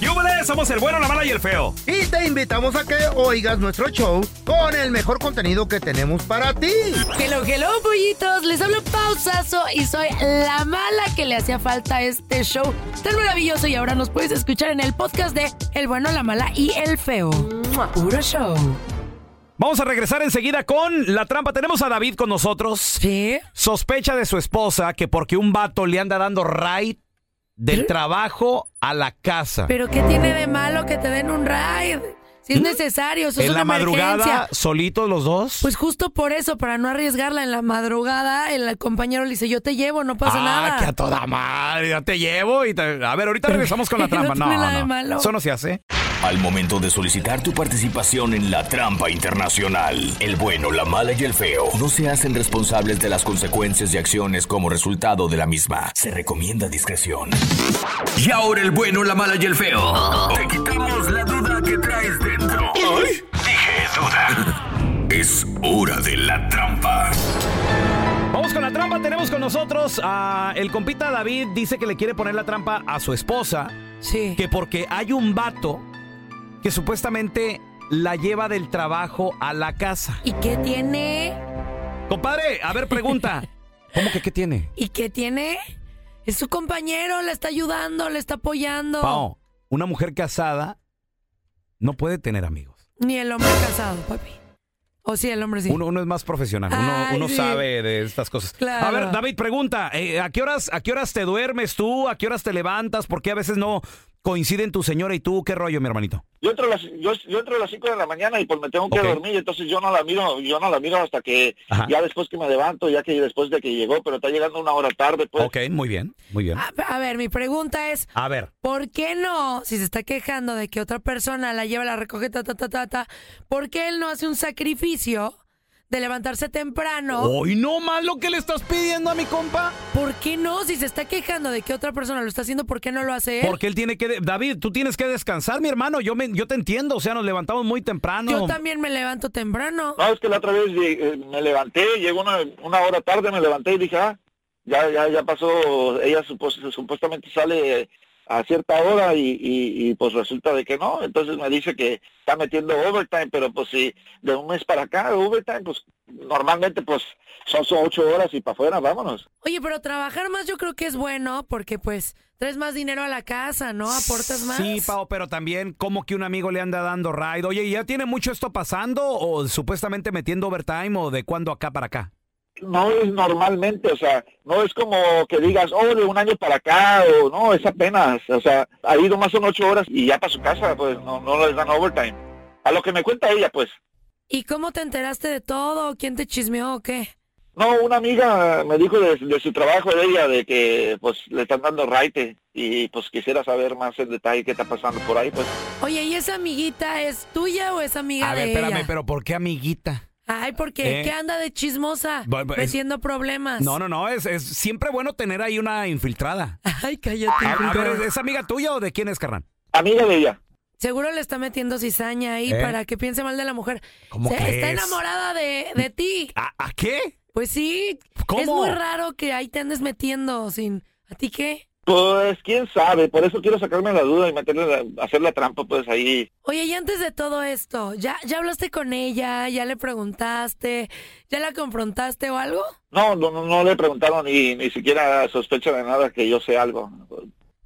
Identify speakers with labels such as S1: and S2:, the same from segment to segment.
S1: ¡Yúbele! Somos el bueno, la mala y el feo.
S2: Y te invitamos a que oigas nuestro show con el mejor contenido que tenemos para ti.
S3: Hello, hello, pollitos. Les hablo pausazo y soy la mala que le hacía falta a este show tan maravilloso. Y ahora nos puedes escuchar en el podcast de El bueno, la mala y el feo. Puro show.
S1: Vamos a regresar enseguida con la trampa. Tenemos a David con nosotros.
S3: Sí.
S1: Sospecha de su esposa que porque un vato le anda dando raid del trabajo a la casa.
S3: ¿Eh? Pero ¿qué tiene de malo que te den un ride? Si es necesario, eso
S1: ¿Mm?
S3: es
S1: en
S3: una
S1: la madrugada,
S3: emergencia.
S1: solitos los dos.
S3: Pues justo por eso, para no arriesgarla en la madrugada, el compañero le dice, yo te llevo, no pasa
S1: ah,
S3: nada.
S1: que a toda madre, ya te llevo y te- A ver, ahorita
S3: Pero
S1: regresamos con la
S3: no
S1: trampa. No,
S3: tiene nada de
S1: no.
S3: malo.
S1: Eso no se hace.
S4: Al momento de solicitar tu participación en la trampa internacional, el bueno, la mala y el feo no se hacen responsables de las consecuencias y acciones como resultado de la misma. Se recomienda discreción. Y ahora el bueno, la mala y el feo. Te quitamos la duda que traes dentro. Dije duda. Es hora de la trampa.
S1: Vamos con la trampa. Tenemos con nosotros a el compita David. Dice que le quiere poner la trampa a su esposa.
S3: Sí.
S1: Que porque hay un vato que supuestamente la lleva del trabajo a la casa.
S3: ¿Y qué tiene?
S1: Compadre, a ver, pregunta. ¿Cómo que qué tiene?
S3: ¿Y qué tiene? Es su compañero, le está ayudando, le está apoyando.
S1: Pao, una mujer casada no puede tener amigos.
S3: Ni el hombre casado, papi. O sí, el hombre sí.
S1: Uno, uno es más profesional, uno,
S3: Ay,
S1: uno
S3: sí.
S1: sabe de estas cosas.
S3: Claro.
S1: A ver, David, pregunta, eh, ¿a, qué horas, ¿a qué horas te duermes tú? ¿A qué horas te levantas? ¿Por qué a veces no coinciden tu señora y tú? ¿Qué rollo, mi hermanito?
S5: Yo entro, a las, yo, yo entro a las 5 de la mañana y pues me tengo que
S1: Ok.
S5: dormir, entonces yo no la miro, yo no la miro hasta que
S1: Ajá.
S5: ya después que me levanto, ya que después de que llegó, pero está llegando una hora tarde, pues.
S1: ok, muy bien, muy bien.
S3: A, a ver, mi pregunta es,
S1: A ver,
S3: ¿por qué no, si se está quejando de que otra persona la lleva, la recoge, ta, ta, ta, ta, ta, ¿por qué él no hace un sacrificio de levantarse temprano?
S1: hoy no más lo que le estás pidiendo a mi compa.
S3: ¿Por qué no, si se está quejando de que otra persona lo está haciendo, ¿por qué no lo hace él?
S1: Porque él tiene que... de- David, tú tienes que descansar, mi hermano. Yo, me, yo te entiendo, o sea, nos levantamos muy temprano.
S3: Yo también me levanto temprano.
S5: No, es que la otra vez eh, me levanté, llegó una, una hora tarde, me levanté y dije, ah, ya, ya, ya pasó, ella supos- supuestamente sale a cierta hora y, y- y, pues resulta de que no, entonces me dice que está metiendo overtime, pero pues si de un mes para acá overtime, pues normalmente pues son, son ocho horas y para afuera, vámonos.
S3: Oye, pero trabajar más yo creo que es bueno porque pues traes más dinero a la casa, ¿no? Aportas más.
S1: Sí, Pao, pero también como que un amigo le anda dando ride. Oye, ¿y ¿ya tiene mucho esto pasando o supuestamente metiendo overtime o de cuándo acá para acá?
S5: no es normalmente, o sea, no es como que digas, oh, de un año para acá, o no, es apenas, o sea, ha ido más son ocho horas y ya para su casa, pues no, no les dan overtime. A lo que me cuenta ella, pues,
S3: ¿Y cómo te enteraste de todo? ¿Quién te chismeó o qué?
S5: no, una amiga me dijo de, de su trabajo de ella, de que pues le están dando raite y pues quisiera saber más en detalle qué está pasando por ahí, pues.
S3: Oye, ¿y esa amiguita es tuya o es amiga
S1: A ver,
S3: de
S1: espérame,
S3: ella?
S1: pero ¿por qué amiguita?
S3: Ay, porque
S1: Eh.
S3: qué anda de chismosa,
S1: Bu- bu- es-
S3: metiendo problemas.
S1: No, no, no, es, es siempre bueno tener ahí una infiltrada.
S3: Ay, cállate.
S1: A, a
S3: infiltrado.
S1: ver, ¿es, es amiga tuya o Ah, de quién es, carnal?
S5: Amiga de ella.
S3: Seguro le está metiendo cizaña ahí
S1: Eh.
S3: para que piense mal de la mujer.
S1: ¿Cómo
S3: Se-
S1: crees?
S3: Está enamorada de, de ti.
S1: ¿A, a qué?
S3: Pues sí.
S1: ¿Cómo?
S3: Es muy raro que ahí te andes metiendo sin... ¿A ti qué?
S5: Pues quién sabe, por eso quiero sacarme la duda y meterle la- hacer la trampa, pues ahí.
S3: Oye, y antes de todo esto, ¿ya, ¿ya hablaste con ella? ¿Ya le preguntaste? ¿Ya la confrontaste o algo?
S5: No, no, no, no le preguntaron ni, ni siquiera sospecha de nada que yo sé algo.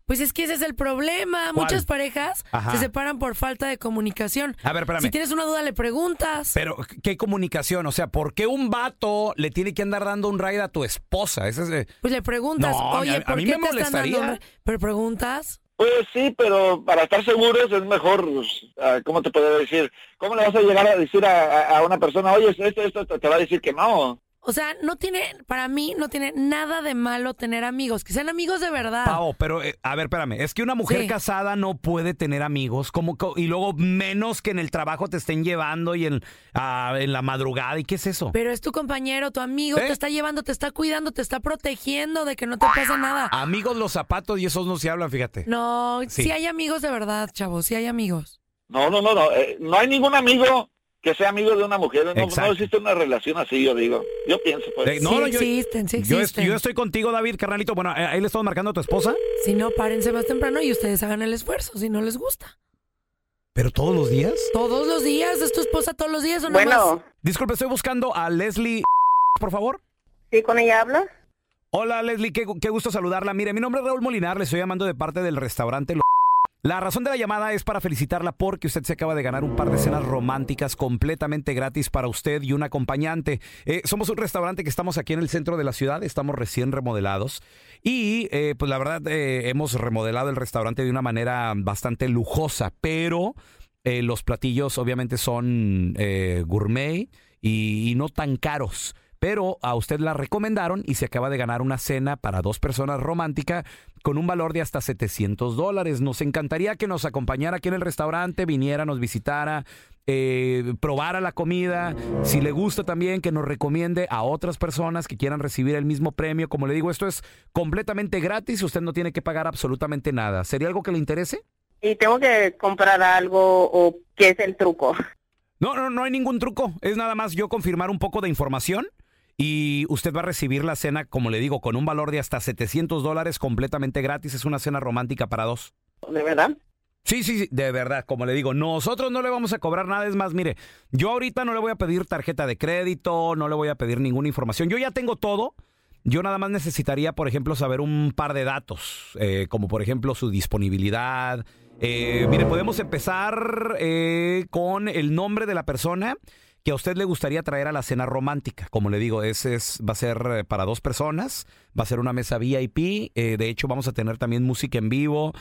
S3: Pues es que ese es el problema.
S1: ¿Cuál?
S3: Muchas parejas
S1: Ajá.
S3: se separan por falta de comunicación.
S1: A ver, espérame.
S3: Si tienes una duda, le preguntas.
S1: Pero, ¿qué comunicación? O sea, ¿por qué un vato le tiene que andar dando un raid a tu esposa? Ese es, eh,
S3: Pues le preguntas,
S1: No, a-
S3: oye,
S1: a
S3: ¿por
S1: mí
S3: qué
S1: me
S3: te están dando?
S1: molestaría.
S3: Pero preguntas.
S5: Pues sí, pero para estar seguros es mejor, ah, ¿cómo te puedo decir? ¿Cómo le vas a llegar a decir a, a- a una persona, oye, esto, esto, esto, te va a decir que no?
S3: O sea, no tiene, para mí, no tiene nada de malo tener amigos, que sean amigos de verdad.
S1: Pao, pero, eh, a ver, espérame, es que una mujer
S3: Ah. Sí.
S1: casada no puede tener amigos, como, co- y luego menos que en el trabajo te estén llevando y en, ah, en la madrugada, ¿y qué es eso?
S3: Pero es tu compañero, tu amigo,
S1: ¿Eh?
S3: te está llevando, te está cuidando, te está protegiendo de que no te pase nada.
S1: Amigos, los zapatos y esos no se hablan, fíjate.
S3: ah. No,
S1: Ah. Sí.
S3: sí. hay amigos de verdad, chavos, sí hay amigos.
S5: No, no, no, no. eh, no hay ningún amigo que sea amigo de una mujer. No,
S1: Exacto.
S5: no existe una relación así, yo digo. Yo pienso, pues.
S1: Eh, no,
S3: Sí
S1: no, yo-
S3: existen, sí
S1: Yo, est-
S3: existen.
S1: yo estoy contigo, David, carnalito. Bueno, eh, ahí le estamos marcando a tu esposa.
S3: Si no, párense más temprano y ustedes hagan el esfuerzo si no les gusta.
S1: ¿Pero todos los días?
S3: Todos los días, ¿es tu esposa todos los días o no
S6: Bueno,
S1: Disculpe, estoy buscando a Leslie, por favor.
S6: ¿sí con ella habla?
S1: Hola, Leslie, qué, gu- qué gusto saludarla. Mire, mi nombre es Raúl Molinar, le estoy llamando de parte del restaurante Lo- La razón de la llamada es para felicitarla porque usted se acaba de ganar un par de cenas románticas completamente gratis para usted y un acompañante. Eh, somos un restaurante que estamos aquí en el centro de la ciudad, estamos recién remodelados y eh, pues la verdad eh, hemos remodelado el restaurante de una manera bastante lujosa, pero eh, los platillos obviamente son eh, gourmet y, y no tan caros. Pero a usted la recomendaron y se acaba de ganar una cena para dos personas romántica con un valor de hasta 700 dólares. Nos encantaría que nos acompañara aquí en el restaurante, viniera, nos visitara, eh, probara la comida. Si le gusta también, que nos recomiende a otras personas que quieran recibir el mismo premio. Como le digo, esto es completamente gratis. Usted no tiene que pagar absolutamente nada. ¿Sería algo que le interese?
S6: ¿Y tengo que comprar algo o qué es el truco?
S1: No, no, no hay ningún truco. Es nada más yo confirmar un poco de información y usted va a recibir la cena, como le digo, con un valor de hasta 700 dólares completamente gratis. Es una cena romántica para dos.
S6: ¿De verdad?
S1: Sí, sí, sí, de verdad, como le digo, nosotros no le vamos a cobrar nada. Es más, mire, yo ahorita no le voy a pedir tarjeta de crédito, no le voy a pedir ninguna información. Yo ya tengo todo. Yo nada más necesitaría, por ejemplo, saber un par de datos, eh, como por ejemplo su disponibilidad. Eh, mire, podemos empezar eh, con el nombre de la persona que a usted le gustaría traer a la cena romántica. Como le digo, ese es, va a ser eh, para dos personas, va a ser una mesa VIP. eh, de hecho, vamos a tener también música en vivo.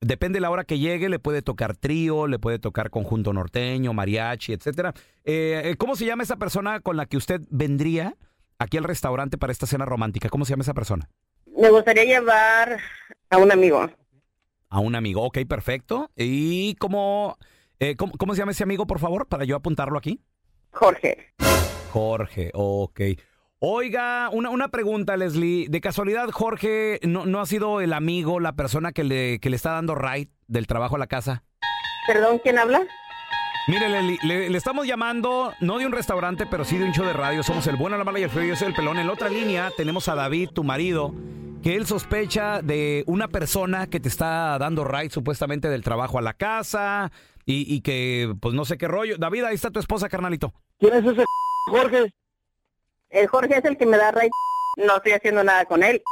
S1: Depende de la hora que llegue, le puede tocar trío, le puede tocar conjunto norteño, mariachi, etcétera. Eh, eh, ¿Cómo se llama esa persona con la que usted vendría aquí al restaurante para esta cena romántica? ¿Cómo se llama esa persona?
S6: Me gustaría llevar a un amigo.
S1: A un amigo. Ok, perfecto. ¿Y cómo, eh, cómo, cómo se llama ese amigo, por favor, para yo apuntarlo aquí?
S6: Jorge,
S1: Jorge, ok. Oiga, una, una pregunta, Leslie. De casualidad, Jorge, ¿no, no ha sido el amigo, la persona que le, que le está dando ride del trabajo a la casa?
S6: perdón, ¿quién habla?
S1: Mire, Leli, le, le estamos llamando, no de un restaurante, pero sí de un show de radio. Somos el bueno, la mala y el feo. Yo soy el pelón. En la otra línea tenemos a David, tu marido, que él sospecha de una persona que te está dando ride supuestamente del trabajo a la casa y, y que, pues no sé qué rollo. David, ahí está tu esposa, carnalito.
S5: ¿Quién es ese Jorge?
S6: El Jorge es el que me da raíz. No estoy haciendo nada con él.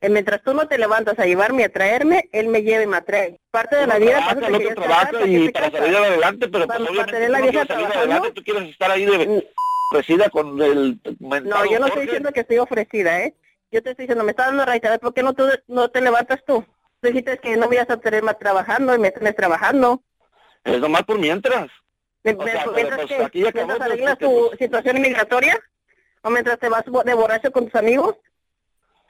S6: Eh, Mientras tú no te levantas a llevarme, a traerme, él me lleva y me atrae. Parte de la vida...
S5: Trabaja,
S6: pasa
S5: el otro
S6: que ya está
S5: trabaja
S6: harta,
S5: y
S6: que
S5: para
S6: se
S5: salir
S6: casa.
S5: adelante, pero pues
S6: Cuando- para
S5: obviamente
S6: tener
S5: tú
S6: la
S5: no
S6: vieja
S5: quieres salir
S6: trabajando.
S5: adelante, tú quieres estar ahí de ofrecida con el
S6: No,
S5: mentado
S6: yo no
S5: Jorge.
S6: estoy diciendo que estoy ofrecida, ¿eh? Yo te estoy diciendo, me está dando raíz. A ver, ¿por qué no, tú, no te levantas tú? Tú dijiste que no me ibas a tenerme trabajando y me tienes trabajando.
S5: Es nomás por mientras.
S6: Me-
S5: O
S6: me-
S5: sea, pero
S6: mientras
S5: pues
S6: que,
S5: aquí ya
S6: mientras
S5: acabó,
S6: arreglas
S5: pues,
S6: tu
S5: pues.
S6: situación migratoria o mientras te vas bo- de borracho con tus amigos,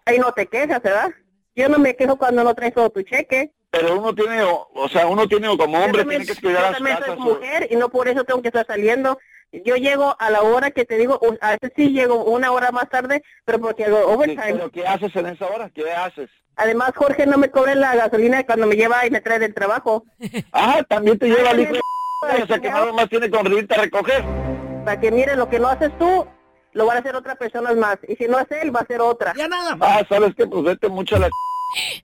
S6: ahí no te quejas, ¿verdad? Yo no me quejo cuando no traes todo tu cheque.
S5: Pero uno tiene, o, o sea, uno tiene como hombre,
S6: yo también,
S5: tiene que
S6: yo
S5: cuidar a su
S6: también
S5: casa.
S6: soy
S5: su-
S6: mujer y no por eso tengo que estar saliendo. Yo llego a la hora que te digo, o- a veces sí llego una hora más tarde, pero porque hago
S5: Sí,
S6: overtime.
S5: Pero ¿qué haces en esa hora? ¿Qué haces?
S6: Además, Jorge no me cobra la gasolina cuando me lleva y me trae del trabajo.
S5: Ah, también te lleva
S6: Ay,
S5: el hijo de...
S6: también-
S5: O sea, que nada más tiene con irte a recoger.
S6: Para que miren, lo que no haces tú, lo van a hacer otras personas más. Y si no es él, va a ser otra.
S1: Ya nada más.
S5: Ah, ¿sabes qué? Pues vete mucho a la...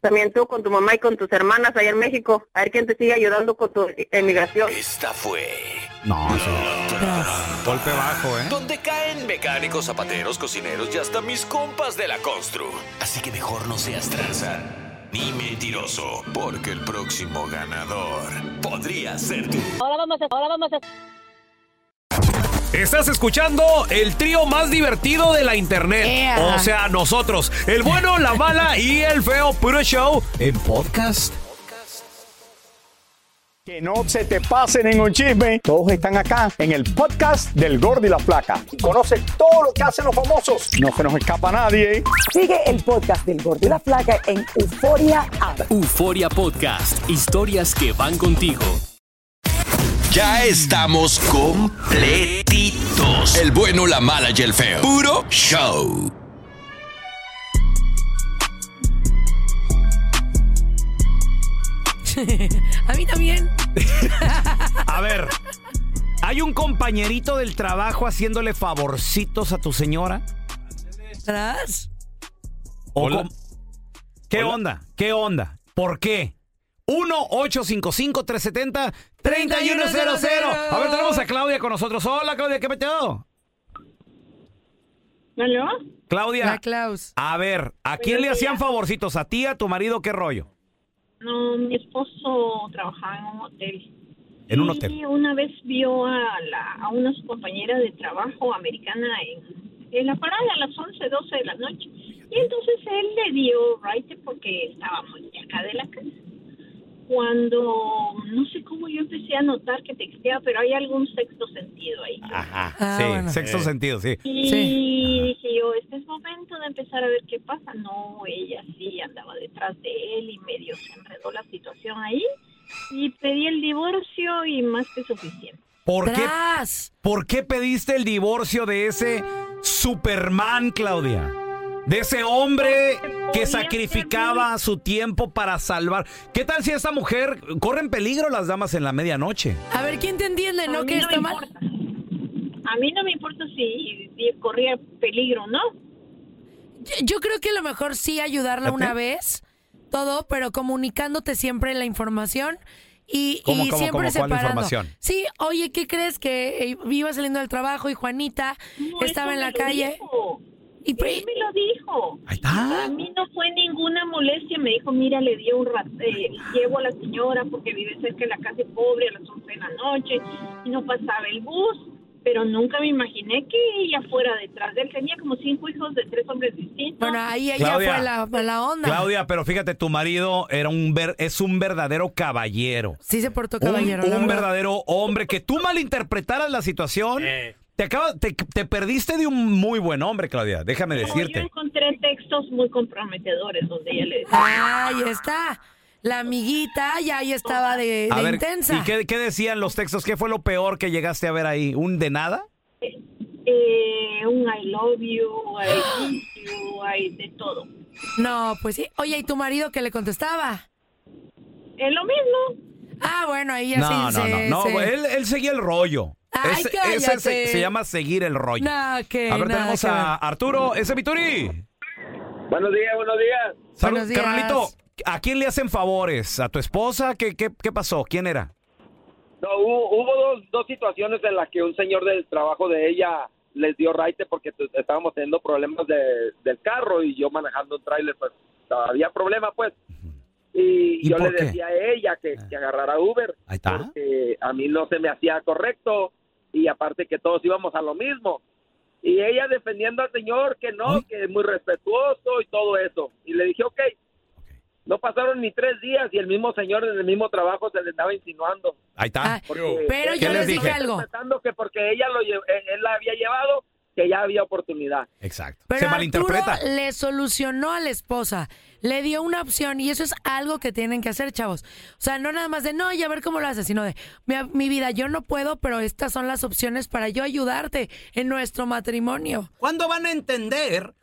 S6: También tú con tu mamá y con tus hermanas allá en México. A ver quién te sigue ayudando con tu emigración.
S4: Esta fue
S1: No, eso Golpe bajo, ¿eh?
S4: donde caen mecánicos, zapateros, cocineros y hasta mis compas de la constru. Así que mejor no seas tranza ni mentiroso, porque el próximo ganador podría ser tú.
S1: Estás escuchando el trío más divertido de la internet.
S3: Ea.
S1: O sea, nosotros. El bueno, la mala y el feo puro show en podcast.
S7: Que no se te pase ningún chisme. Todos están acá en el podcast del Gordo y la Flaca. Y conoce todo lo que hacen los famosos. No se nos escapa nadie.
S8: Sigue el podcast del Gordo y la Flaca en Euforia App.
S9: Euforia Podcast, historias que van contigo.
S4: Ya estamos completitos. El bueno, la mala y el feo. Puro show.
S3: más? A mí también.
S1: A ver, ¿Hay un compañerito del trabajo haciéndole favorcitos a tu señora?
S3: ¿Atrás?
S1: ¿O
S10: Hola.
S1: com- ¿Qué
S10: Hola.
S1: onda? ¿Qué onda? ¿Por qué? 1-855-370-3100. A ver, tenemos a Claudia con nosotros. Hola, Claudia, ¿qué metido?
S11: ¿Aló?
S1: Claudia,
S3: La Klaus.
S1: a ver, ¿a quién le hacían favorcitos? ¿A ti, a tu marido? ¿Qué rollo?
S11: No, mi esposo trabajaba en un hotel.
S1: En un
S11: Y
S1: hotel.
S11: una vez vio a, la, a una su compañera de trabajo americana en, en la parada a las 11, 12 de la noche. Y entonces él le dio raite porque estaba muy cerca de la casa. Cuando, no sé cómo yo empecé a notar que texteaba, pero hay algún sexto sentido ahí.
S1: Ajá,
S3: Ah,
S1: sí,
S3: bueno.
S1: sexto
S10: Eh.
S1: sentido, sí.
S11: Y
S3: Sí.
S11: dije yo, este es momento de empezar a ver qué pasa. No, ella sí andaba detrás de él y medio se enredó la situación ahí. Y pedí el divorcio y más que suficiente.
S1: ¿Por qué,
S3: ¿Atrás?
S1: ¿Por qué pediste el divorcio de ese Superman, Claudia? De ese hombre que sacrificaba su tiempo para salvar. ¿Qué tal si esta mujer corre en peligro las damas en la medianoche?
S3: A ver, ¿quién te entiende,
S11: A
S3: no?
S11: mí
S3: Que
S11: no me
S3: está mal.
S11: importa. A mí no me importa si si corría peligro, ¿no?
S3: Yo, yo creo que a lo mejor sí ayudarla una vez, todo, pero comunicándote siempre la información y,
S1: ¿Cómo,
S3: y
S1: cómo,
S3: siempre
S1: cómo? ¿Cuál
S3: separando.
S1: información?
S3: Sí, oye, ¿qué crees que eh, iba saliendo del trabajo y Juanita
S11: No,
S3: estaba en
S11: eso
S3: la
S11: me lo
S3: calle?
S11: dijo.
S3: Y, pues,
S11: Él me lo dijo.
S1: Ahí está.
S11: A mí no fue ninguna molestia. Me dijo, mira, le dio un rato, llevo a la señora porque vive cerca de la casa de pobre a las 11 de la noche y no pasaba el bus. Pero nunca me imaginé que ella fuera detrás de él. Tenía como cinco hijos de tres hombres distintos.
S3: bueno, ahí ella
S1: Claudia.
S3: fue la, la onda.
S1: Claudia, pero fíjate, tu marido era un ver- es un verdadero caballero.
S3: Sí se portó
S1: Un-
S3: caballero.
S1: un
S3: la verdad.
S1: verdadero hombre que tú malinterpretaras la situación. Te, acaba- te, te perdiste de un muy buen hombre, Claudia. Déjame
S11: Pero yo
S1: decirte.
S11: encontré textos muy comprometedores donde ella le decía,
S3: Ahí está. La amiguita ya ahí estaba de,
S1: A
S3: Eh, de
S1: ver,
S3: intensa.
S1: ¿y qué, qué decían los textos? ¿Qué fue lo peor que llegaste a ver ahí? ¿Un de nada?
S11: eh, un I love you, I miss you, I de todo.
S3: No, pues sí. Oye, ¿y tu marido qué le contestaba?
S11: Es lo mismo.
S3: Ah, bueno, ahí ya
S1: No,
S3: sí.
S1: no, no,
S3: se-
S1: no.
S3: se-
S1: Él, él seguía el rollo.
S3: Ay,
S1: Ese- ese se,
S3: cállate.
S1: se llama seguir el rollo.
S3: No, que
S1: a ver,
S3: nada
S1: tenemos
S3: que
S1: a Arturo. Ese Vituri.
S5: Buenos días, buenos días.
S1: Salud,
S3: Buenos días.
S1: carnalito. ¿A quién le hacen favores? ¿A tu esposa? ¿Qué, qué, qué pasó? ¿Quién era?
S5: No, hubo, hubo dos, dos situaciones en las que un señor del trabajo de ella les dio raite porque t- estábamos teniendo problemas de- del carro y yo manejando un tráiler, pues había problema, pues. Y,
S1: ¿Y
S5: yo
S1: por
S5: le
S1: qué?
S5: decía a ella que, que agarrara Uber
S1: Ahí está.
S5: porque a mí no se me hacía correcto y aparte que todos íbamos a lo mismo. Y ella defendiendo al señor que no,
S1: Uy.
S5: que es muy respetuoso y todo eso. Y le dije, ok. No pasaron ni tres días y el mismo señor en el mismo trabajo se le estaba insinuando.
S1: Ahí está.
S3: Ah,
S5: Porque
S3: pero
S1: ¿Qué
S3: yo
S1: les
S3: les dije
S1: dije?
S3: algo.
S5: pensando que porque ella lo lle- eh, él él la había llevado, que ya había oportunidad.
S1: Exacto.
S3: Pero
S1: se
S3: Arturo
S1: malinterpreta.
S3: le solucionó a la esposa, le dio una opción y eso es algo que tienen que hacer, chavos. O sea, no nada más de no y a ver cómo lo haces, sino de mi, mi vida, yo no puedo, pero estas son las opciones para yo ayudarte en nuestro matrimonio.
S1: ¿Cuándo van a entender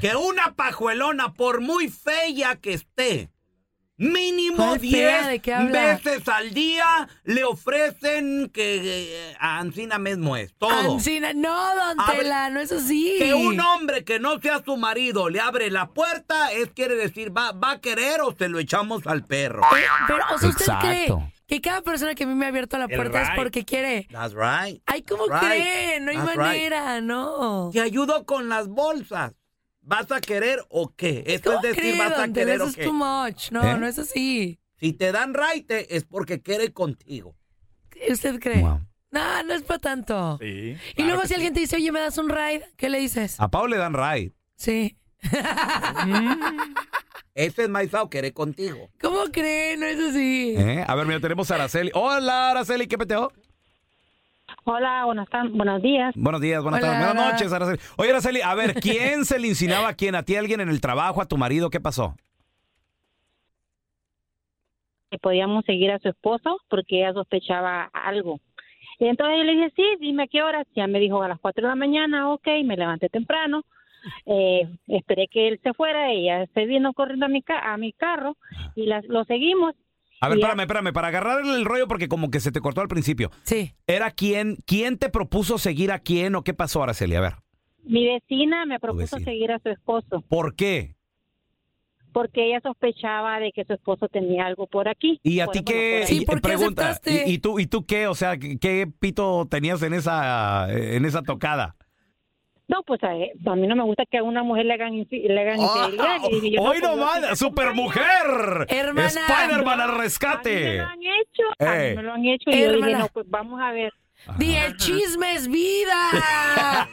S1: que una pajuelona, por muy fea que esté, mínimo
S3: ¿Cuál fea? ¿De qué habla?
S1: al día le ofrecen que eh, a Ancina mismo es
S3: Ancina, no, don
S1: A ver,
S3: Tela, no es así.
S1: Que un hombre que no sea su marido le abre la puerta, es quiere decir, va, va a querer o se lo echamos al perro.
S3: Pero, o sea, ¿usted cree
S1: Exacto.
S3: que cada persona que a mí me ha abierto la puerta es
S10: right.
S3: porque quiere?
S1: That's right.
S3: Ay, ¿cómo
S1: That's right.
S3: cree? No hay
S1: That's right.
S3: manera, no.
S1: Te ayudo con las bolsas. ¿Vas a querer o qué? Esto
S3: ¿Cómo
S1: es decir,
S3: cree,
S1: vas a
S3: don Tela?
S1: querer
S3: Eso
S1: o
S3: es
S1: qué.
S3: too much. No,
S1: ¿Eh?
S3: no es así.
S1: Si te dan raite es porque quiere contigo.
S3: ¿Usted cree? No, no es para tanto.
S10: Sí.
S3: y luego si alguien te dice, oye, ¿me das un ride? ¿Qué le dices?
S1: A Pau le dan raite.
S3: Sí.
S1: Ese es Maizao, quiere contigo.
S3: ¿Cómo cree? No es así.
S1: ¿eh? A ver, mira, tenemos a Araceli. Hola, Araceli, ¿qué peteo?
S11: Hola, buenas buenos días.
S1: Buenos días, buenas
S3: Hola,
S1: tardes, buenas
S3: Ara.
S1: noches, Araceli. Oye, Araceli, a ver, ¿quién se le insinuaba a quién? ¿A ti alguien en el trabajo, a tu marido? ¿Qué pasó?
S11: que podíamos seguir a su esposo porque ella sospechaba algo. Y entonces yo le dije, sí, dime a qué hora. Ya me dijo a las 4 de la mañana, ok, me levanté temprano. Eh, esperé que él se fuera, ella se vino corriendo a mi, ca- a mi carro y las- lo seguimos.
S1: A ver,
S11: Ya.
S1: espérame, espérame, para agarrar el rollo porque como que se te cortó al principio.
S3: Sí.
S1: ¿Era quién? ¿Quién te propuso seguir a quién o qué pasó, Araceli? A ver,
S11: Mi vecina me propuso
S1: vecina.
S11: seguir a su esposo
S1: ¿por qué?
S11: porque ella sospechaba de que su esposo tenía algo por aquí.
S1: ¿Y a
S11: Por
S1: ti
S11: eso no
S1: qué?
S11: por ahí.
S3: Sí,
S1: y- eh,
S3: ¿por qué aceptaste?
S1: ¿y, y tú, ¿Y tú qué? O sea, ¿qué- ¿qué pito tenías en esa, en esa tocada?
S11: No, pues a, a mí no me gusta que a una mujer le hagan, infi- le hagan infidelidad. Y dije yo,
S1: Ah, ¡Hoy
S11: pues,
S1: no
S11: yo sí-
S1: más! ¡Supermujer!
S3: Hermana.
S1: ¡Spider-Man al
S11: A mí me
S1: rescate!
S11: lo han hecho, a mí
S1: Eh.
S11: me lo han hecho y yo dije,
S3: Hermana.
S11: no, pues vamos a ver.
S3: Di, el chisme es vida.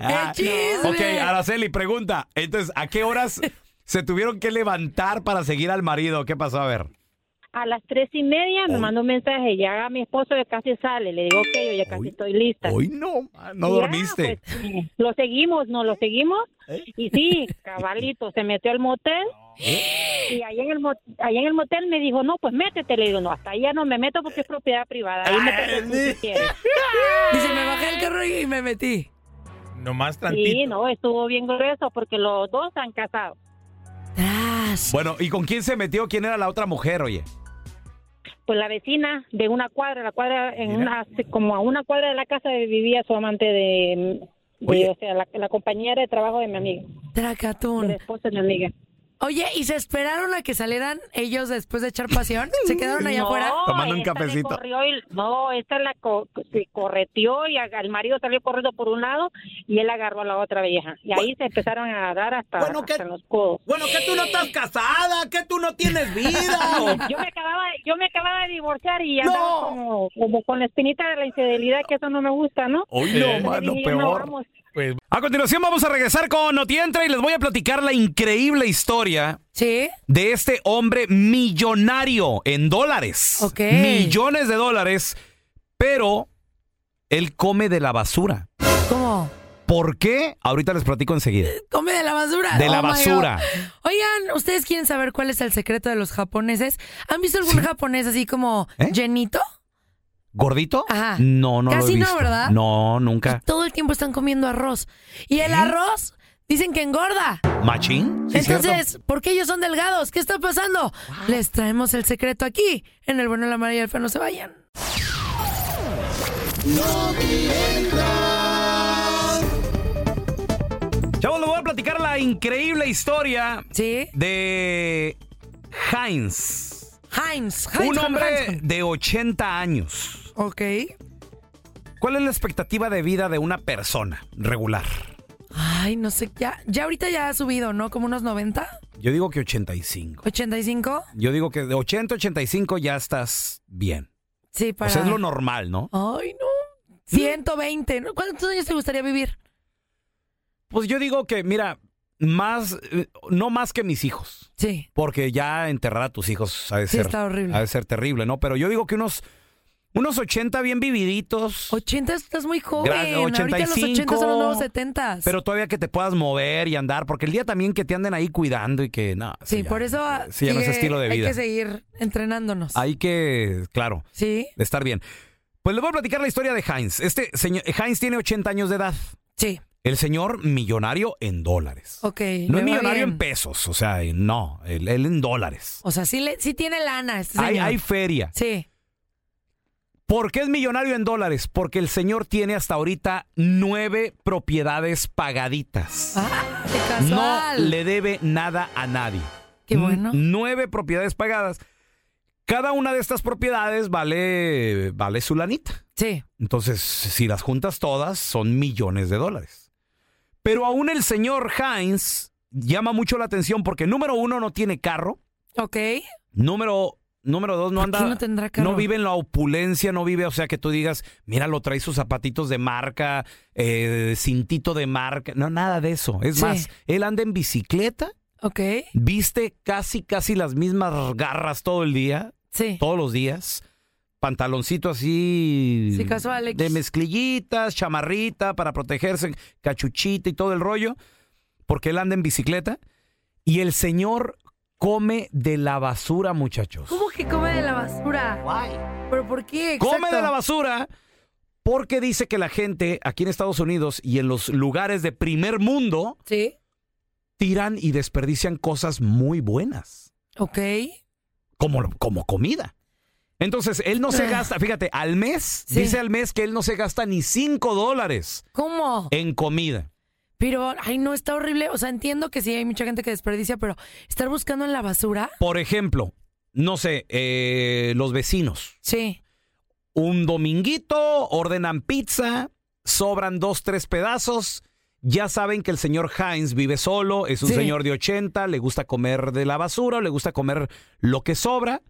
S3: el chisme.
S1: Ok, Araceli, pregunta. Entonces, ¿a qué horas se tuvieron que levantar para seguir al marido? ¿Qué pasó? A ver.
S11: A las tres y media me
S1: Hoy.
S11: mandó un mensaje, ya mi esposo ya casi sale, le digo que yo ya casi
S1: Hoy.
S11: estoy lista.
S1: Hoy no, ma, no
S11: Ya,
S1: dormiste. Eh.
S11: pues, sí, lo seguimos, no lo seguimos. Y sí, cabalito, se metió al motel.
S1: Eh.
S11: Y ahí en, el, mo- ahí en el motel me dijo, no, pues métete. Le digo, no, hasta allá no me meto porque es propiedad privada. Ahí
S1: Ah,
S11: métete tú si quieres.
S3: Dice, me bajé del carro y me metí.
S10: Nomás tantito.
S11: pues, Sí, no, estuvo bien grueso porque los dos se han casado.
S3: Tras.
S1: Bueno, ¿y con quién se metió? ¿Quién era la otra mujer, oye?
S11: Pues la vecina de una cuadra, la cuadra, en
S1: Mira.
S11: una, como a una cuadra de la casa vivía su amante de... de-
S1: Oye.
S11: o sea, la, la compañera de trabajo de mi amiga, del
S3: Tracatún.
S11: esposo de mi amiga.
S3: Oye, ¿y se esperaron a que salieran ellos después de echar pasión? ¿Se quedaron allá
S11: No,
S3: afuera?
S1: Tomando un
S11: esta le
S1: cafecito.
S11: corrió y- no, esta la co- se correteó y al marido salió corriendo por un lado y él agarró a la otra vieja. Y ahí se empezaron a dar hasta,
S10: Bueno, ¿qué?
S11: hasta los codos.
S10: Bueno, que tú no estás casada, que tú no tienes vida. o-
S11: Yo me acababa, yo me acababa de divorciar y
S10: No.
S11: andaba como, como con la espinita de la infidelidad, que eso no me gusta, ¿no?
S1: Hoy
S10: Eh.
S1: no, mano,
S11: Dije yo, no,
S1: peor.
S11: vamos.
S10: Pues
S1: A continuación vamos a regresar con Noti Entra y les voy a platicar la increíble historia
S3: Sí.
S1: de este hombre millonario en dólares.
S3: Ok.
S1: Millones de dólares, pero él come de la basura.
S3: ¿Cómo?
S1: ¿Por qué? Ahorita les platico enseguida.
S3: Come de la basura.
S1: De la
S3: Oh my
S1: basura.
S3: God. Oigan, ¿ustedes quieren saber cuál es el secreto de los japoneses? ¿Han visto algún japonés así como
S1: ¿Eh?
S3: llenito?
S1: ¿Gordito?
S3: Ajá.
S1: No, no lo he
S3: Casi no,
S1: visto.
S3: ¿verdad?
S1: No, nunca.
S3: Todo el tiempo están comiendo arroz. Y el arroz dicen que engorda.
S1: ¿Machín? ¿Eh? Sí,
S3: Entonces, ¿por qué ellos son delgados? ¿Qué está pasando? Les traemos el secreto aquí, en el bueno, la mala y el feo. No se vayan.
S1: ¿cierto? Chavos, les voy a platicar la increíble historia
S3: ¿Sí?
S1: de Heinz.
S3: Heinz. Heinz
S1: Un
S3: con
S1: hombre
S3: Heinz
S1: de 80 años.
S3: con- Ok.
S1: ¿Cuál es la expectativa de vida de una persona regular?
S3: Ay, no sé. Ya, ya ahorita ya ha subido, ¿no? Como unos 90,
S1: Yo digo que 85.
S3: 85.
S1: Yo digo que de 80 a 85 ya estás bien.
S3: Sí, para...
S1: O sea, es lo normal, ¿no?
S3: Ay, no. 120. ¿no? ¿Cuántos años te gustaría vivir?
S1: Pues yo digo que, mira, más, eh, no más que mis hijos.
S3: Sí.
S1: Porque ya enterrar a tus hijos ha de
S3: Sí,
S1: ser.
S3: está horrible.
S1: ha de ser terrible, ¿no? Pero yo digo que unos, unos 80 bien vividitos.
S3: 80 estás muy joven.
S1: Gra-
S3: Ahorita los 80 son los nuevos 70.
S1: Pero todavía que te puedas mover y andar, porque el día también que te anden ahí cuidando y que nada.
S3: sí, por eso ah,
S1: Sí, ya no es
S3: sigue-
S1: estilo de
S3: hay
S1: vida.
S3: que seguir entrenándonos.
S1: Hay que, claro,
S3: Sí,
S1: estar bien. Pues les voy a platicar la historia de Heinz. Este señor, Heinz tiene 80 años de edad.
S3: sí.
S1: El señor millonario en dólares.
S3: Ok.
S1: No
S3: me
S1: es
S3: va
S1: millonario
S3: bien.
S1: en pesos, o sea, en- no, él, él en dólares.
S3: O sea, sí, le, sí tiene lana este
S1: Hay,
S3: señor.
S1: hay feria.
S3: Sí.
S1: ¿Por qué es millonario en dólares? Porque el señor tiene hasta ahorita nueve propiedades pagaditas.
S3: Ah, qué
S1: no
S3: casual.
S1: le debe nada a nadie.
S3: Qué bueno.
S1: N- Nueve propiedades pagadas. Cada una de estas propiedades vale, vale su lanita.
S3: Sí.
S1: Entonces, si las juntas todas, son millones de dólares. Pero aún el señor Heinz llama mucho la atención porque número uno no tiene carro,
S3: Ok.
S1: número, número dos no
S3: ¿Por qué
S1: anda,
S3: no tendrá carro?
S1: no vive en la opulencia, no vive, o sea que tú digas, mira, lo trae sus zapatitos de marca, eh, cintito de marca, no, nada de eso. Es
S3: Sí.
S1: más, él anda en bicicleta,
S3: Ok.
S1: viste casi, casi las mismas garras todo el día,
S3: Sí.
S1: todos los días. Pantaloncito así.
S3: Sí, casual, X.
S1: De mezclillitas, chamarrita para protegerse, cachuchita y todo el rollo. Porque él anda en bicicleta. Y el señor come de la basura, muchachos.
S3: ¿Cómo que come de la basura? ¿Pero por qué?
S1: Come
S3: Exacto.
S1: de la basura porque dice que la gente aquí en Estados Unidos y en los lugares de primer mundo
S3: Sí.
S1: tiran y desperdician cosas muy buenas.
S3: Ok.
S1: como, como comida. Entonces, él no se gasta, fíjate, al mes,
S3: Ah. Sí.
S1: dice al mes que él no se gasta ni 5 dólares
S3: ¿Cómo?
S1: en comida.
S3: Pero, ay, no, está horrible. O sea, entiendo que sí hay mucha gente que desperdicia, pero estar buscando en la basura,
S1: Por ejemplo, no sé, eh, los vecinos.
S3: sí.
S1: Un dominguito, ordenan pizza, sobran dos, tres pedazos. Ya saben que el señor Heinz vive solo, es un
S3: Sí.
S1: señor de 80, le gusta comer de la basura, le gusta comer lo que sobra.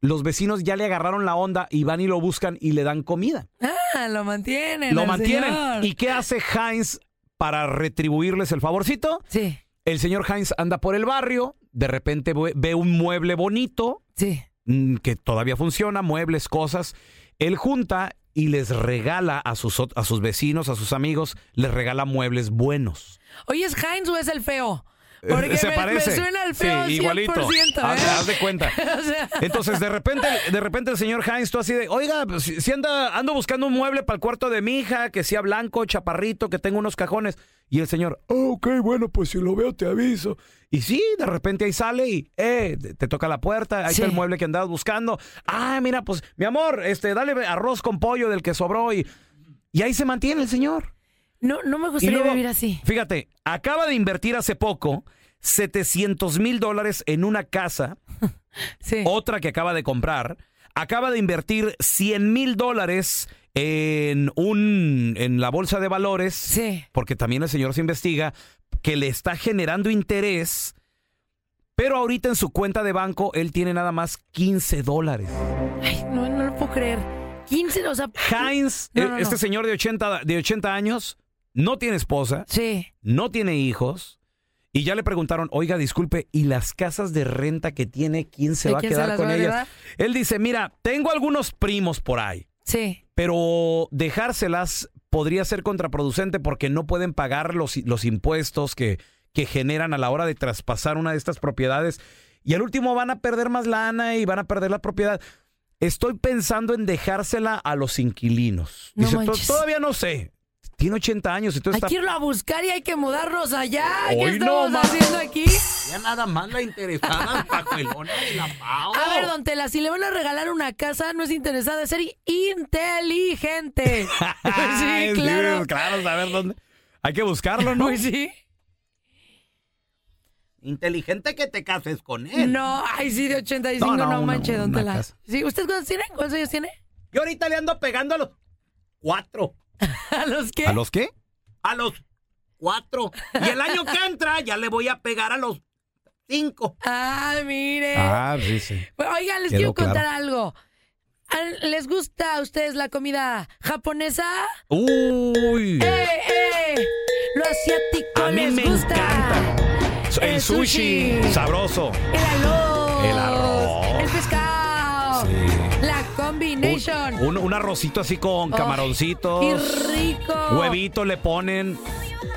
S1: Los vecinos ya le agarraron la onda y van y lo buscan y le dan comida.
S3: Ah, lo mantienen.
S1: Lo
S3: al
S1: mantienen.
S3: señor.
S1: ¿Y qué hace Heinz para retribuirles el favorcito?
S3: Sí,
S1: El señor Heinz anda por el barrio, de repente ve- ve un mueble bonito,
S3: sí.
S1: mm, que todavía funciona, muebles, cosas. Él junta y les regala a sus, ot- a sus vecinos, a sus amigos, les regala muebles buenos.
S3: Oye, ¿es Heinz o es el feo? Porque
S1: Eh, Se
S3: me,
S1: parece.
S3: me suena el feo
S1: Sí, igualito.
S3: 100%, ¿eh?
S1: Haz- haz de cuenta.
S3: O sea,
S1: Entonces, de repente, de repente el señor Heinz, tú así de, oiga, pues, si si anda, ando buscando un mueble para el cuarto de mi hija, que sea blanco, chaparrito, que tenga unos cajones. Y el señor, "Ah, ok, bueno, pues si lo veo te aviso. Y sí, de repente ahí sale y, eh, te- te toca la puerta, ahí
S3: Sí.
S1: está el mueble que andabas buscando. Ah, mira, pues, mi amor, este, dale arroz con pollo del que sobró y... Y ahí se mantiene el señor.
S3: no, no me
S1: Y
S3: gustaría
S1: luego,
S3: Pues vivir así.
S1: Fíjate, acaba de invertir hace poco 700 mil dólares en una casa
S3: Sí.
S1: otra que acaba de comprar, acaba de invertir 100 mil dólares en un en la bolsa de valores,
S3: Sí.
S1: porque también el señor se investiga que le está generando interés, pero ahorita en su cuenta de banco él tiene nada más 15 dólares.
S3: Ay, no, no lo puedo creer. 15, o sea.
S1: Heinz,
S3: No,
S1: eh,
S3: no, no.
S1: este señor de 80 de 80 años no tiene esposa,
S3: Sí.
S1: no tiene hijos. Y ya le preguntaron, oiga, disculpe, ¿y las casas de renta que tiene, quién se
S3: ¿De
S1: va a
S3: quién se
S1: quedar
S3: las
S1: con
S3: va a
S1: ellas?
S3: heredar?
S1: Él dice, mira, tengo algunos primos por ahí,
S3: Sí.
S1: pero dejárselas podría ser contraproducente porque no pueden pagar los, los impuestos que, que generan a la hora de traspasar una de estas propiedades. Y al último van a perder más lana y van a perder la propiedad. Estoy pensando en dejársela a los inquilinos.
S3: No
S1: dice, "To-
S3: manches.
S1: todavía no sé. Tiene 80 años y todo
S3: Hay
S1: está
S3: que irlo a buscar y hay que mudarnos allá. ¿Qué
S1: Hoy no
S3: estamos
S1: más.
S3: haciendo aquí?
S1: Ya nada más la interesada, pajuelona de la Pau.
S3: A ver, don Tela, si le van a regalar una casa, no es interesada, es ser inteligente. Pues sí, claro.
S1: claro, saber dónde. Hay que buscarlo, ¿no?
S3: Pues sí.
S10: Inteligente que te cases con él.
S3: No, ay, sí, de 85,
S1: Eh. No,
S3: no,
S1: no, una-
S3: manche, don
S1: una
S3: Tela.
S1: casa.
S3: Sí, ¿usted cuántos tiene? ¿Cuántos años tiene?
S10: Yo ahorita le ando pegando a los cuatro.
S3: ¿A los qué?
S1: ¿A los qué?
S10: A los cuatro. Y el año que entra ya le voy a pegar a los cinco.
S3: Ah, mire.
S1: sí, sí.
S3: Bueno, Oigan, les
S1: Quedó
S3: quiero contar
S1: claro.
S3: algo. Al- ¿Les gusta a ustedes la comida japonesa?
S1: Uy.
S3: ¡Eh, eh! Lo asiático
S1: A mí
S3: les
S1: me
S3: gusta.
S1: encanta.
S3: el
S1: El sushi.
S3: sushi.
S1: Sabroso.
S3: El arroz.
S1: El arroz.
S3: El pescado.
S1: Sí.
S3: La combination.
S1: Un, un arrocito así con
S3: Oh,
S1: camaroncitos.
S3: ¡Qué rico!
S1: Huevito le ponen.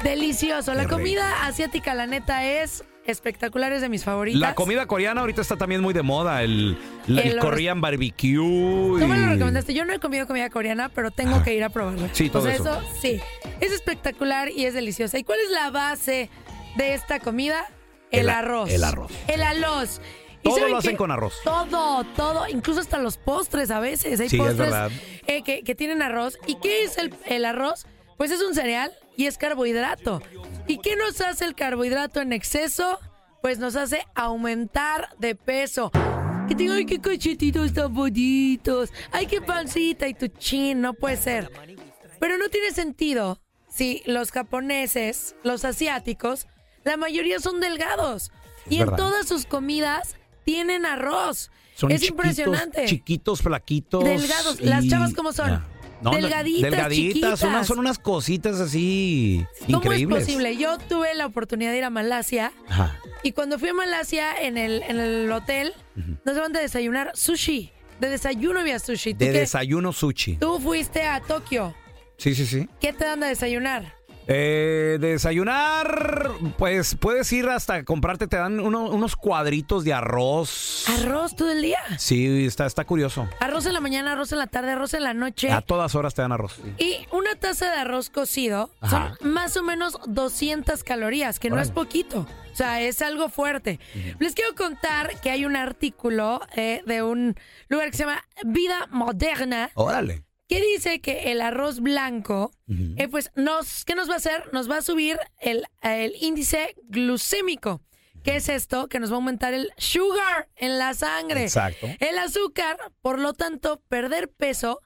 S3: Delicioso. La
S1: Qué rico.
S3: comida asiática, la neta, es espectacular, es de mis favoritas.
S1: La comida coreana ahorita está también muy de moda. El, la- el
S3: El-
S1: Korean barbecue.
S3: ¿Tú me
S1: y-
S3: lo recomendaste? Yo no he comido comida coreana, pero tengo
S1: Ajá.
S3: que ir a probarla.
S1: Sí, todo
S3: o sea,
S1: eso.
S3: Sí, es espectacular y es deliciosa. ¿Y cuál es la base de esta comida? El,
S1: El a-
S3: arroz.
S1: el arroz.
S3: El arroz. ¿Y
S1: Todo
S3: saben
S1: lo hacen
S3: qué?
S1: con arroz.
S3: Todo, todo, incluso hasta los postres a veces. Hay
S1: Sí, es
S3: postres
S1: verdad.
S3: eh, que, que tienen arroz. ¿Y qué es el, el arroz? Pues es un cereal y es carbohidrato. ¿Y qué nos hace el carbohidrato en exceso? Pues nos hace aumentar de peso. Que tengo, ay, qué cachetitos tan bonitos. Ay, qué pancita y tu chin, no puede ser. Pero no tiene sentido si los japoneses, los asiáticos, la mayoría son delgados. Y en
S1: verdad.
S3: todas sus comidas tienen arroz.
S1: Son
S3: es
S1: chiquitos,
S3: impresionante.
S1: Chiquitos, flaquitos.
S3: Delgados. ¿Las chavas cómo son?
S1: Ya.
S3: Delgaditas, chiquitas.
S1: unas- son unas cositas así
S3: ¿Cómo
S1: increíbles.
S3: es posible? Yo tuve la oportunidad de ir a Malasia
S1: Ajá.
S3: y cuando fui a Malasia en el, en el hotel, nos daban de desayunar sushi. De desayuno había sushi. ¿Tú,
S1: De
S3: qué?
S1: desayuno sushi.
S3: Tú fuiste a Tokio.
S1: Sí, sí, sí.
S3: ¿Qué te dan de desayunar?
S1: Eh, desayunar, pues puedes ir hasta comprarte, te dan uno- unos cuadritos de arroz.
S3: ¿Arroz todo el día?
S1: Sí, está, está curioso.
S3: Arroz en la mañana, arroz en la tarde, arroz en la noche.
S1: A todas horas te dan arroz.
S3: Y una taza de arroz cocido
S1: Ajá.
S3: son más o menos 200 calorías, que no es poquito. O sea, es algo fuerte. Les quiero contar que hay un artículo eh, de un lugar que se llama Vida Moderna
S1: Órale.
S3: que dice que el arroz blanco, eh, pues, nos, ¿qué nos va a hacer? Nos va a subir el, el índice glucémico. ¿Qué es esto? Que nos va a aumentar el sugar en la sangre.
S1: Exacto.
S3: El azúcar, por lo tanto, perder peso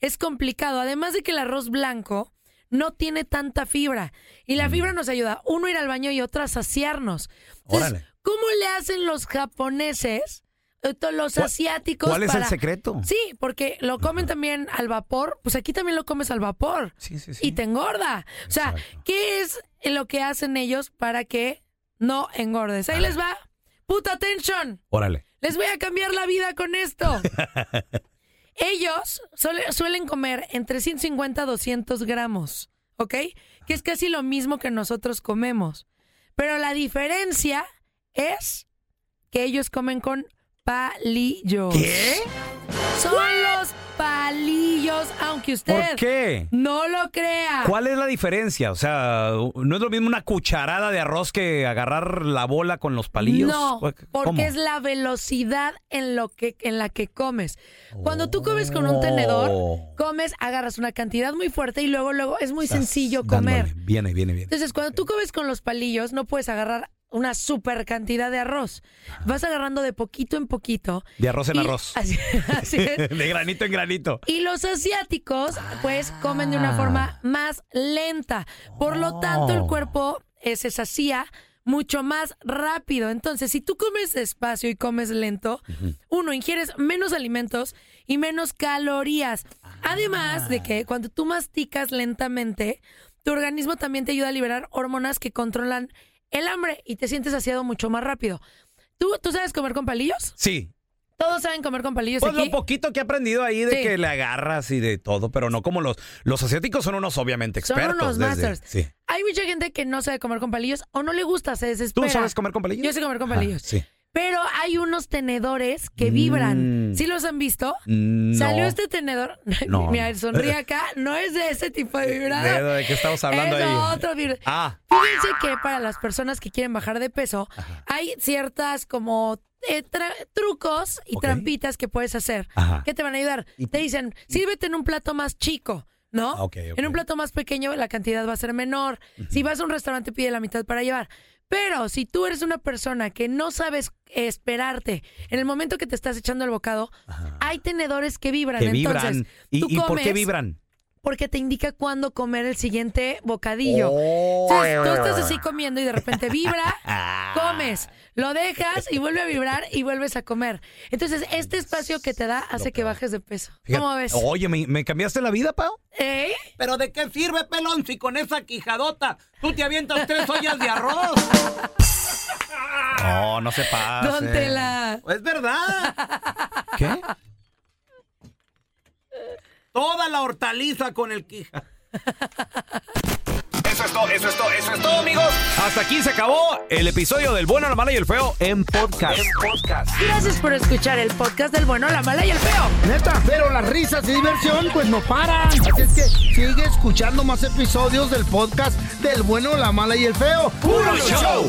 S3: es complicado. Además de que el arroz blanco no tiene tanta fibra. Y la fibra nos ayuda, uno, a ir al baño y otra, a saciarnos. Entonces,
S1: Órale.
S3: ¿cómo le hacen los japoneses, eh, to- los
S1: ¿Cuál-
S3: asiáticos?
S1: ¿Cuál es el
S3: para-
S1: secreto?
S3: Sí, porque lo comen también al vapor. Pues aquí también lo comes al vapor.
S1: Sí, sí,
S3: Y te engorda. O sea, ¿qué es lo que hacen ellos para que no engordes? Ahí les va. Puta atención.
S1: Órale.
S3: Les voy a cambiar la vida con esto. Ellos suele- suelen comer entre 150 a 200 gramos, ¿ok? Que es casi lo mismo que nosotros comemos. Pero la diferencia es que ellos comen con palillos. ¿Qué? Son los palillos, aunque usted
S1: ¿Por qué?
S3: no lo crea.
S1: ¿Cuál es la diferencia? O sea, no es lo mismo una cucharada de arroz que agarrar la bola con los palillos.
S3: No,
S1: ¿Cómo?
S3: porque es la velocidad en, lo que, en la que comes. Cuando tú comes con un
S1: Oh.
S3: tenedor, comes, agarras una cantidad muy fuerte y luego, luego es muy sencillo
S1: Ah, Dándole.
S3: comer.
S1: Viene, viene, viene.
S3: Entonces, cuando tú comes con los palillos, no puedes agarrar una super cantidad de arroz. Vas agarrando de poquito en poquito.
S1: De arroz en
S3: Y-
S1: arroz.
S3: Así, así es.
S1: de granito en granito.
S3: Y los asiáticos, pues, comen de
S1: Ah.
S3: una forma más lenta. Por lo tanto,
S1: Oh.
S3: el cuerpo eh, se sacía mucho más rápido. Entonces, si tú comes despacio y comes lento, uno, ingieres menos alimentos y menos calorías. Además de
S1: Ah.
S3: que cuando tú masticas lentamente, tu organismo también te ayuda a liberar hormonas que controlan el hambre y te sientes saciado mucho más rápido. ¿Tú, ¿tú sabes comer con palillos?
S1: Sí.
S3: ¿Todos saben comer con palillos
S1: Pues
S3: aquí?
S1: lo poquito que he aprendido ahí de
S3: Sí.
S1: que le agarras y de todo, pero no como los los asiáticos son unos obviamente
S3: Son
S1: expertos.
S3: unos
S1: desde-
S3: masters.
S1: Sí.
S3: Hay mucha gente que no sabe comer con palillos o no le gusta, se
S1: ¿Tú
S3: desespera.
S1: sabes Ah. comer con palillos?
S3: Yo sé comer con
S1: Ajá,
S3: palillos.
S1: sí.
S3: Pero hay unos tenedores que vibran.
S1: Mm.
S3: ¿Sí los han visto?
S1: No.
S3: Salió este tenedor.
S1: No.
S3: Mira, sonríe acá. No es de ese tipo de vibrador.
S1: Eh, ¿De- de qué estamos hablando
S3: es
S1: ahí?
S3: otro vibrador.
S1: Ah.
S3: Fíjense que para las personas que quieren bajar de peso, hay ciertas como eh, tra- trucos y
S1: Ok.
S3: trampitas que puedes hacer
S1: Ajá.
S3: que te van a ayudar. Te dicen, sírvete en un plato más chico, ¿no?
S1: Ah, ok, ok.
S3: En un plato más pequeño la cantidad va a ser menor. Si vas a un restaurante pide la mitad para llevar. Pero si tú eres una persona que no sabes esperarte en el momento que te estás echando el bocado, hay tenedores que vibran.
S1: Que vibran.
S3: Entonces,
S1: ¿Y,
S3: tú
S1: y por qué
S3: comes
S1: vibran?
S3: porque te indica cuándo comer el siguiente bocadillo.
S1: Oh.
S3: Entonces, tú estás así comiendo y de repente vibra, comes, lo dejas y vuelve a vibrar y vuelves a comer. Entonces, este espacio que te da hace que bajes de peso.
S1: Fíjate. Oh.
S3: ¿Cómo ves?
S1: Oye, ¿me, me cambiaste la vida, Pau?
S3: ¿Eh?
S10: ¿Pero de qué sirve, pelón, si con esa quijadota tú te avientas tres ollas de arroz?
S1: No, no se pase.
S3: Don Tela.
S10: Es verdad.
S1: ¿Qué?
S10: Toda la hortaliza con el quija.
S4: Eso es todo, eso es todo, eso es todo, amigos.
S1: Hasta aquí se acabó el episodio del bueno, la mala y el feo en podcast.
S3: Gracias por escuchar el podcast del bueno, la mala y el feo.
S2: Neta, pero las risas y diversión pues no paran. Así es que sigue escuchando más episodios del podcast del bueno, la mala y el feo. ¡Puro show!